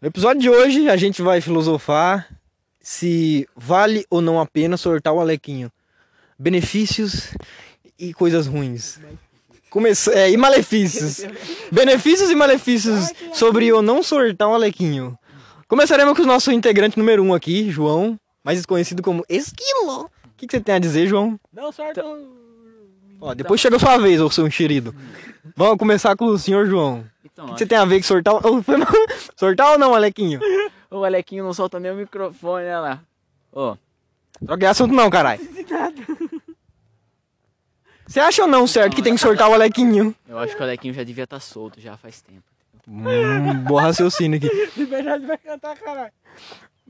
No episódio de hoje, a gente vai filosofar se vale ou não a pena sortar o Alequinho. Benefícios e coisas ruins. Começa... é, e malefícios. Benefícios e malefícios sobre eu não sortar um Alequinho. Começaremos com o nosso integrante número um aqui, João, mais conhecido como Esquilo. O que, que você tem a dizer, João? Não, um sorte. Então- Então. Ó, depois chega a sua vez, ô seu enxerido. Vamos começar com o senhor João. Então, O que, ó, que você tem a ver com sortar? o- foi mal. sortar ou não, Alequinho? o Alequinho não solta nem o microfone, olha lá. Ó, Troca de assunto não, caralho. Você acha ou não certo que tem que sortar o Alequinho? eu acho que o Alequinho já devia estar solto já faz tempo. Hum, bom raciocínio aqui. Liberdade vai cantar, caralho.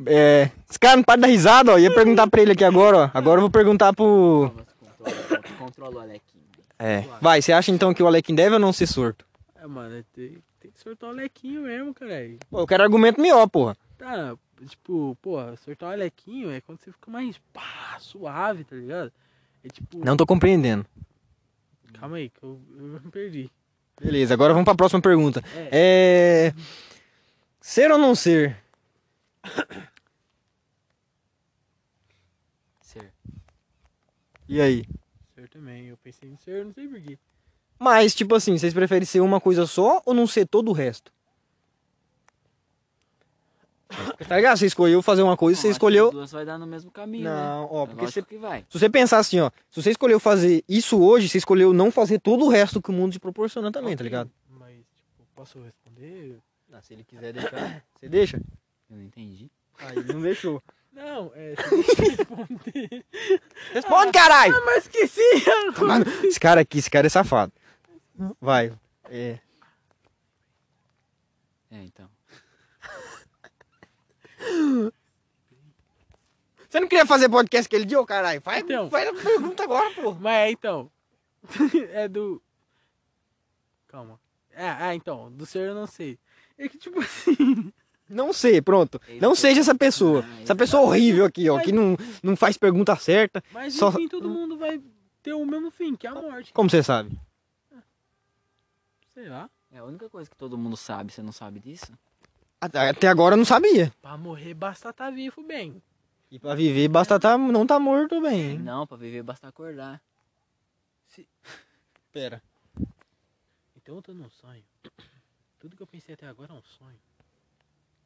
É, esse cara não para dar risada, ó. Ia perguntar pra ele aqui agora, ó. Agora eu vou perguntar pro... Vamos, controla, controla o Alequinho. É. Vai, você acha então que o Alequinho deve ou não ser sorto? É, mano, tem, tem que sortar o lequinho mesmo, caralho. Pô, eu quero argumento melhor, porra. Tá, tipo, porra, sortar o lequinho é quando você fica mais pá, suave, tá ligado? É tipo. Não tô compreendendo. Calma aí, que eu, eu me perdi. Beleza, agora vamos pra próxima pergunta. É... Ser ou não ser? Ser. E aí? Ser também, eu pensei em ser, eu não sei porquê. Mas, tipo assim, vocês preferem ser uma coisa só ou não ser todo o resto? Tá ligado? Você escolheu fazer uma coisa, você Não, Então, acho que as escolheu. duas vai dar no mesmo caminho, né? Não, ó, É porque lógico você... que vai. se você pensar assim, ó, se você escolheu fazer isso hoje, você escolheu não fazer todo o resto que o mundo te proporciona também, tá ligado? Mas, tipo, posso responder? se ele quiser deixar, você deixa? Eu não entendi. Aí não deixou. Não, é. responder. Responde, caralho! Mas esqueci! Tomando- Esse cara aqui, esse cara é safado. Vai. É. É, então. Você não queria fazer podcast aquele dia, ô caralho? Vai, Então. vai na pergunta agora, pô. Mas é, então. é do. Calma. Ah, ah, então. Do ser eu não sei. É que tipo assim. Não sei, pronto. Não seja essa pessoa. Ah, Essa pessoa horrível aqui, ó, que não, não faz pergunta certa. Mas Só- um enfim, todo mundo vai ter o mesmo fim, que é a morte. Como você sabe? Sei lá. É a única coisa que todo mundo sabe, você não sabe disso? Até até agora eu não sabia. Pra morrer basta tá vivo bem. E pra viver, basta tá, não tá morto bem. hein? Não, pra viver basta acordar. Pera. Então eu tô num sonho. Tudo que eu pensei até agora é um sonho.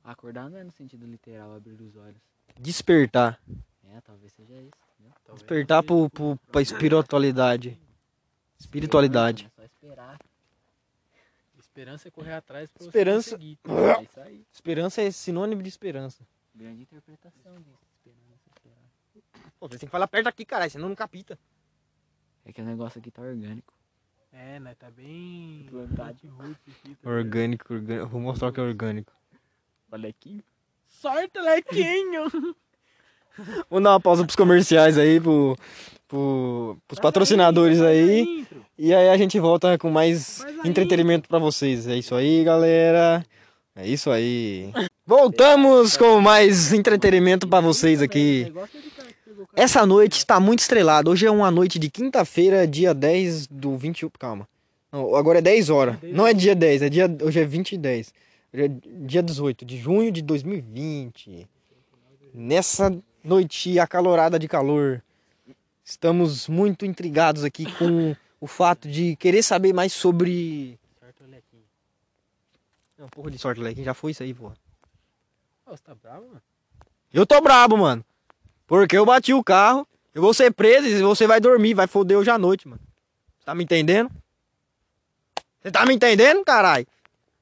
Acordar não é no sentido literal, abrir os olhos. Despertar. É, talvez seja isso. entendeu? Talvez Despertar não pro, pro, pra espiritualidade. Espiritualidade. É só esperar. seja. Esperança é correr atrás pra Esperança- você conseguir. É isso aí. Esperança é sinônimo de esperança. Grande interpretação disso. Esperança, esperar. Pô, você tem que falar perto aqui, caralho, senão não capita. É que o negócio aqui tá orgânico. É, né? Tá bem. Plantado. de roots aqui, tá ligado? Orgânico, orgânico. Vou mostrar que é orgânico. Olha aqui. Sorte, lequinho! Vamos dar uma pausa pros comerciais aí, pro, pro, pros patrocinadores Tá aí. E aí a gente volta com mais Mas aí- entretenimento pra vocês. É isso aí, galera. É isso aí. Voltamos com mais entretenimento pra vocês aqui. é Essa noite está muito estrelada. Hoje é uma noite de quinta-feira, dia 10 do 21. Calma. Não, agora é 10 horas. Não é dia 10, é dia... hoje é 20 e 10. Hoje é dia 18 de junho de 2020. Nessa noite acalorada de calor, estamos muito intrigados aqui com o fato de querer saber mais sobre. Sorte, lequinho. Não, porra de sorte, Leque, já foi isso aí, porra. Ô, você tá bravo, mano? Eu tô brabo, mano. Porque eu bati o carro, eu vou ser preso e você vai dormir, vai foder hoje à noite, mano. Tá me entendendo? Você tá me entendendo, caralho?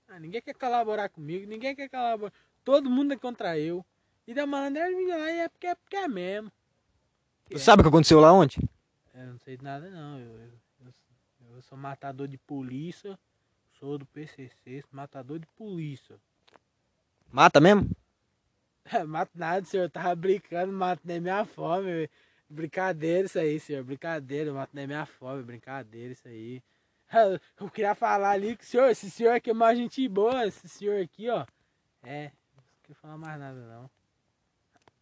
Ah, ninguém quer colaborar comigo, ninguém quer colaborar. Todo mundo é contra eu. E da malandragem vem lá e é porque é, porque é mesmo. Você Sabe o que aconteceu lá ontem? Eu não sei de nada, não. Eu, eu, eu- eu sou matador de polícia. Sou do PCC, matador de polícia. Mata mesmo? Mato nada, senhor. Eu tava brincando, mato nem minha fome. Brincadeira isso aí, senhor. Brincadeira, eu mato nem minha fome. Brincadeira isso aí. Eu queria falar ali que, senhor, esse senhor aqui é uma gente boa. Esse senhor aqui, ó. É, não queria falar mais nada,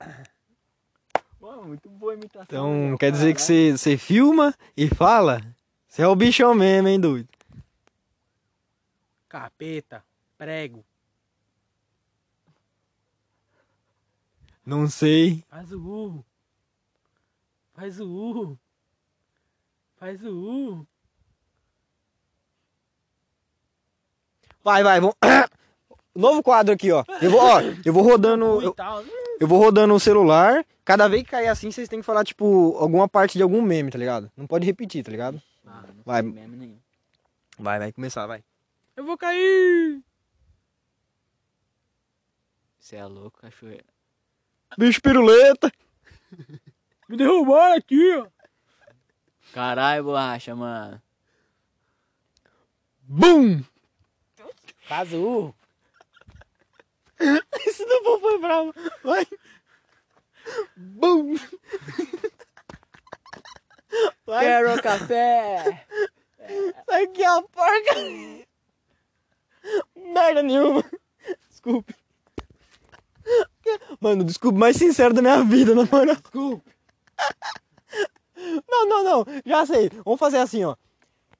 não. muito boa a imitação. né? Então quer dizer que você você filma e fala? Você é o bichão mesmo, hein, doido? Capeta, prego. Não sei. Faz o U. Faz o U. Faz o U. Vai, vai, vamos. Novo quadro aqui, ó. Eu vou, ó, eu vou rodando. U eu- e tal. Eu vou rodando o celular. Cada vez que cair assim, vocês têm que falar, tipo, alguma parte de algum meme, tá ligado? Não pode repetir, tá ligado? Ah, não Vai. sei meme nenhum. Vai, vai começar, vai. Eu vou cair. Você é louco, cachoeira. Bicho piruleta. Me derrubaram aqui, ó. Caralho, borracha, mano. Bum! Faz o U. Esse do Bum foi bravo. Vai. Bum! Vai. Quero café! Sai que a porca. Merda nenhuma. Desculpe. Mano, desculpa mais sincero da minha vida, na moral. Desculpa. Não, não, não. Já sei. Vamos fazer assim, ó.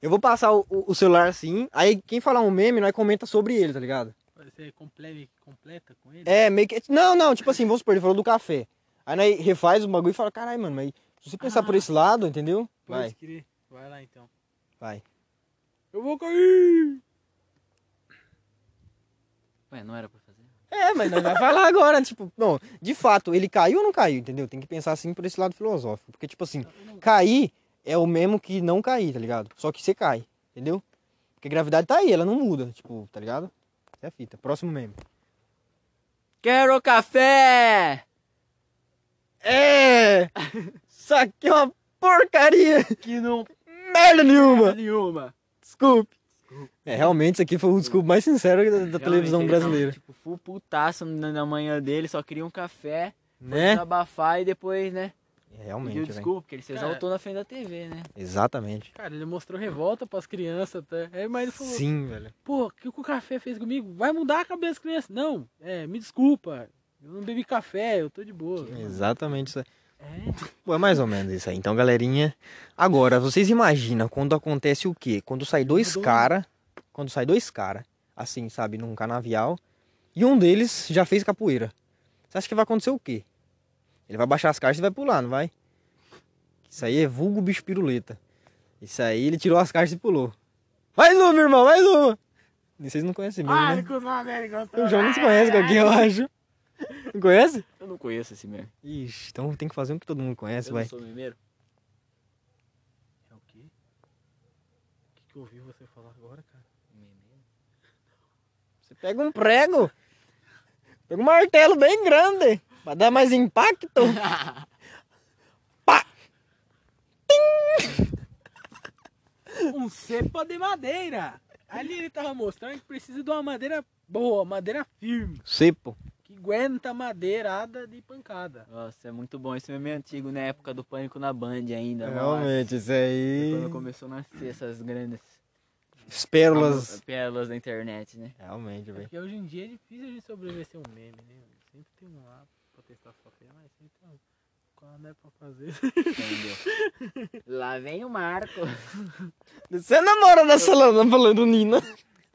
Eu vou passar o, o- o celular assim, aí quem falar um meme, nós comenta sobre ele, tá ligado? Você completa, completa com ele? É, meio que. Não, não, tipo assim, vamos supor, ele falou do café. Aí nós refaz o bagulho e fala, caralho, mano, mas se você pensar por esse lado, entendeu? Pode Vai, crer. Vai lá então. vai. Eu vou cair. Ué, não era pra fazer? É, mas nós vai falar agora, tipo, não, de fato, ele caiu ou não caiu, entendeu? Tem que pensar assim por esse lado filosófico. Porque, tipo assim, cair é o mesmo que não cair, tá ligado? Só que você cai, entendeu? Porque a gravidade tá aí, ela não muda, tipo, tá ligado? Essa é a fita. Próximo meme. Quero café! É! Isso aqui é uma porcaria! Que não Merda nenhuma! nenhuma. Desculpe! É, realmente, isso aqui foi o desculpa mais sincero da, da Realmente, televisão ele brasileira. tava, Tipo, full putaço na na manhã dele, só queria um café, Né? desabafar e depois, né? É, Pediu Realmente, velho. desculpa, porque ele se Cara, exaltou na frente da TV, né? Exatamente. Cara, ele mostrou revolta pras crianças, tá? É, mas ele falou, Sim, velho. pô, o que o café fez comigo? Vai mudar a cabeça das crianças. Não, é, me desculpa. Eu não bebi café, eu tô de boa. Exatamente isso aí. É. Pô, é mais ou menos isso aí. Então, galerinha, agora vocês imaginam quando acontece o quê? Quando sai dois Mudou. né? cara, quando sai dois cara, assim, sabe, num canavial, e um deles já fez capoeira. Você acha que vai acontecer o quê? Ele vai baixar as cartas e vai pular, não vai? Isso aí é vulgo bicho piruleta. Isso aí ele tirou as cartas e pulou. Mais uma, meu irmão, mais uma. Vocês não conhecem mesmo, Ah, né? ele cruzou a América. O João não se conhece com aqui, eu acho. Não conhece? Eu não conheço esse meme. Ixi, então tem que fazer um que todo mundo conhece, Eu vai. não sou memeiro. É o quê? O que, que eu ouvi você falar agora, cara? Memeiro? Você pega um prego, pega um martelo bem grande, pra dar mais impacto. Pá! Um cepa de madeira. Ali ele tava mostrando que precisa de uma madeira boa, madeira firme. Sepo. Que aguenta madeirada de pancada. Nossa, é muito bom. Esse meme é antigo, na época do Pânico na Band ainda. nossa. Realmente, isso aí. Quando começou a nascer essas grandes As pérolas. pérolas da internet, né? Realmente, É velho. porque hoje em dia é difícil a gente sobreviver sem um meme, né? Sempre tem um lá pra testar sua fé, mas sempre tem um. Quando é pra fazer? Entendeu? Lá vem o Marco. Você namora da Solana falando Nina.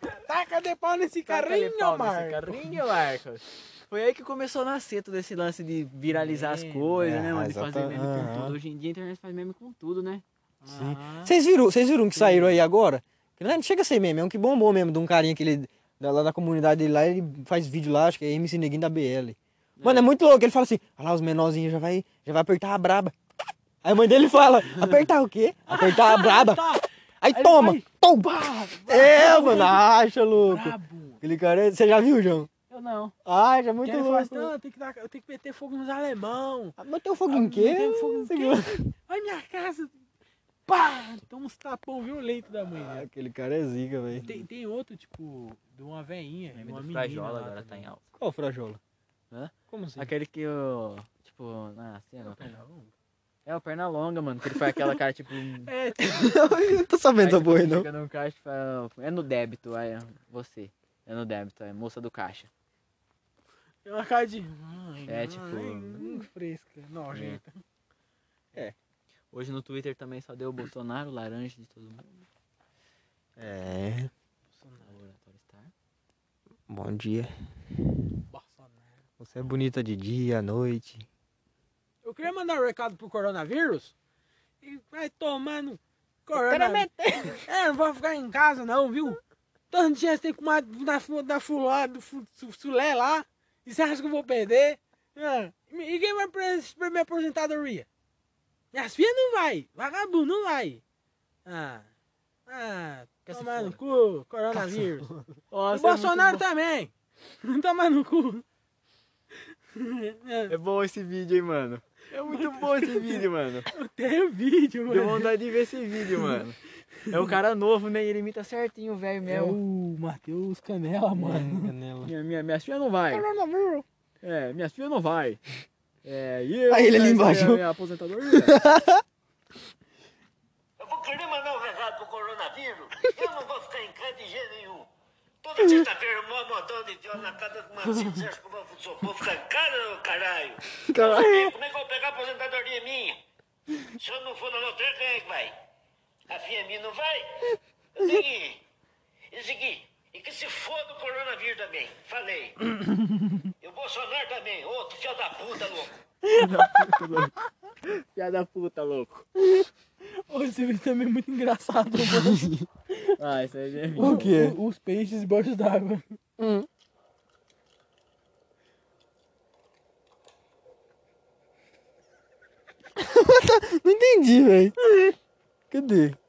Tá, Taca de Tá, pau nesse Aquele carrinho, pau nesse Marco. Carrinho, Marcos. Foi aí que começou a nascer todo esse lance de viralizar as É, coisas, é, né, mano? De fazer exata- meme com aham. tudo. Hoje em dia a internet faz meme com tudo, né? Sim. Ah, Vocês viram, vocês viram que saíram aí agora? Que Não chega a ser meme, é um que bombou mesmo de um carinha que ele. da- Lá da comunidade dele lá, ele faz vídeo lá, acho que é MC Neguinho da BL. Mano, é muito louco. Ele fala assim, olha lá, os menorzinhos já vai, já vai apertar a braba. Aí a mãe dele fala, apertar o quê? Apertar a braba. tá. Aí Aí toma, vai. toma. É, mano, acha louco. Brabo. Aquele cara, é- você já viu, João? Eu não. Acha, muito Porque ele louco. fala assim, não, eu tenho, que dar- eu tenho que meter fogo nos alemão. Ah, Mas tem um fogo em Ah, quê? meteu fogo em Sei quê? lá. Ai, minha casa. Pá! Toma uns tapão violento da mãe. Ah, né? Aquele cara é zica, velho. Tem, tem outro, tipo, de uma veinha, Meme uma do menina. Frajola lá agora tá também. em alta. Qual frajola? Hã? Como assim? Aquele que o. Tipo, na cena. Pernalonga? É o perna longa, mano. Que ele foi aquela cara, tipo. É, tipo, Eu não tô sabendo essa porra aí, não. Chega no caixa e fala, É no débito, aí você. É no débito, é moça do caixa. é uma cara de... Ai, É, tipo- ai, hum, fresca, nojenta. Hoje no Twitter também só deu o Bolsonaro, laranja de todo mundo. Tá, É, Bolsonaro. Laboratório Star. bom dia. É. Bolsonaro. O Você é bonita de dia, à noite. Eu queria mandar um recado pro coronavírus. E vai tomando Cara, coronavírus. É, não vou ficar em casa não, viu? Tanto dia tem que tomar da, fu- da fulá, do fu- su- sulé lá. E você acha que eu vou perder? Ah, e quem vai pra, pra minha aposentadoria? Minhas filhas não vai. Vagabundo não vai. Ah, ah, Que se tomar no foda. cu, coronavírus. Nossa, O é Bolsonaro tá- muito também. Não tomar no cu. bom. É bom esse vídeo, hein, mano. É muito bom esse vídeo, mano. Eu tenho vídeo, Deu mano. vontade de ver esse vídeo, mano. É o cara novo, né? Ele imita certinho o velho É mesmo. o Matheus Canela, mano. Canela. É, Minha, minha, minhas filhas não vai. Coronavírus. É, minhas filhas não vai. É, e eu, Aí ele ali né, embaixo. minha- Minha aposentadoria. Eu vou querer mandar um recado pro coronavírus. Eu não vou ficar em casa de jeito nenhum. Toda sexta-feira, o maior modão de idiota na casa do Mancino Sérgio Cubão Futsal. Vou ficar em casa, ô caralho. E Como é que eu vou pegar a aposentadoria minha? Se eu não for na loteria, quem é que vai? A filha minha não vai? Eu tenho que ir. E seguir. E que se foda o coronavírus também. Falei. E o Bolsonaro também. Outro filho da puta, louco. Piada puta, louco. Ô, Esse vídeo também é muito engraçado, mano. Ah, isso aí é vídeo. O quê? O- Os peixes debaixo d'água. Não entendi, velho. Cadê?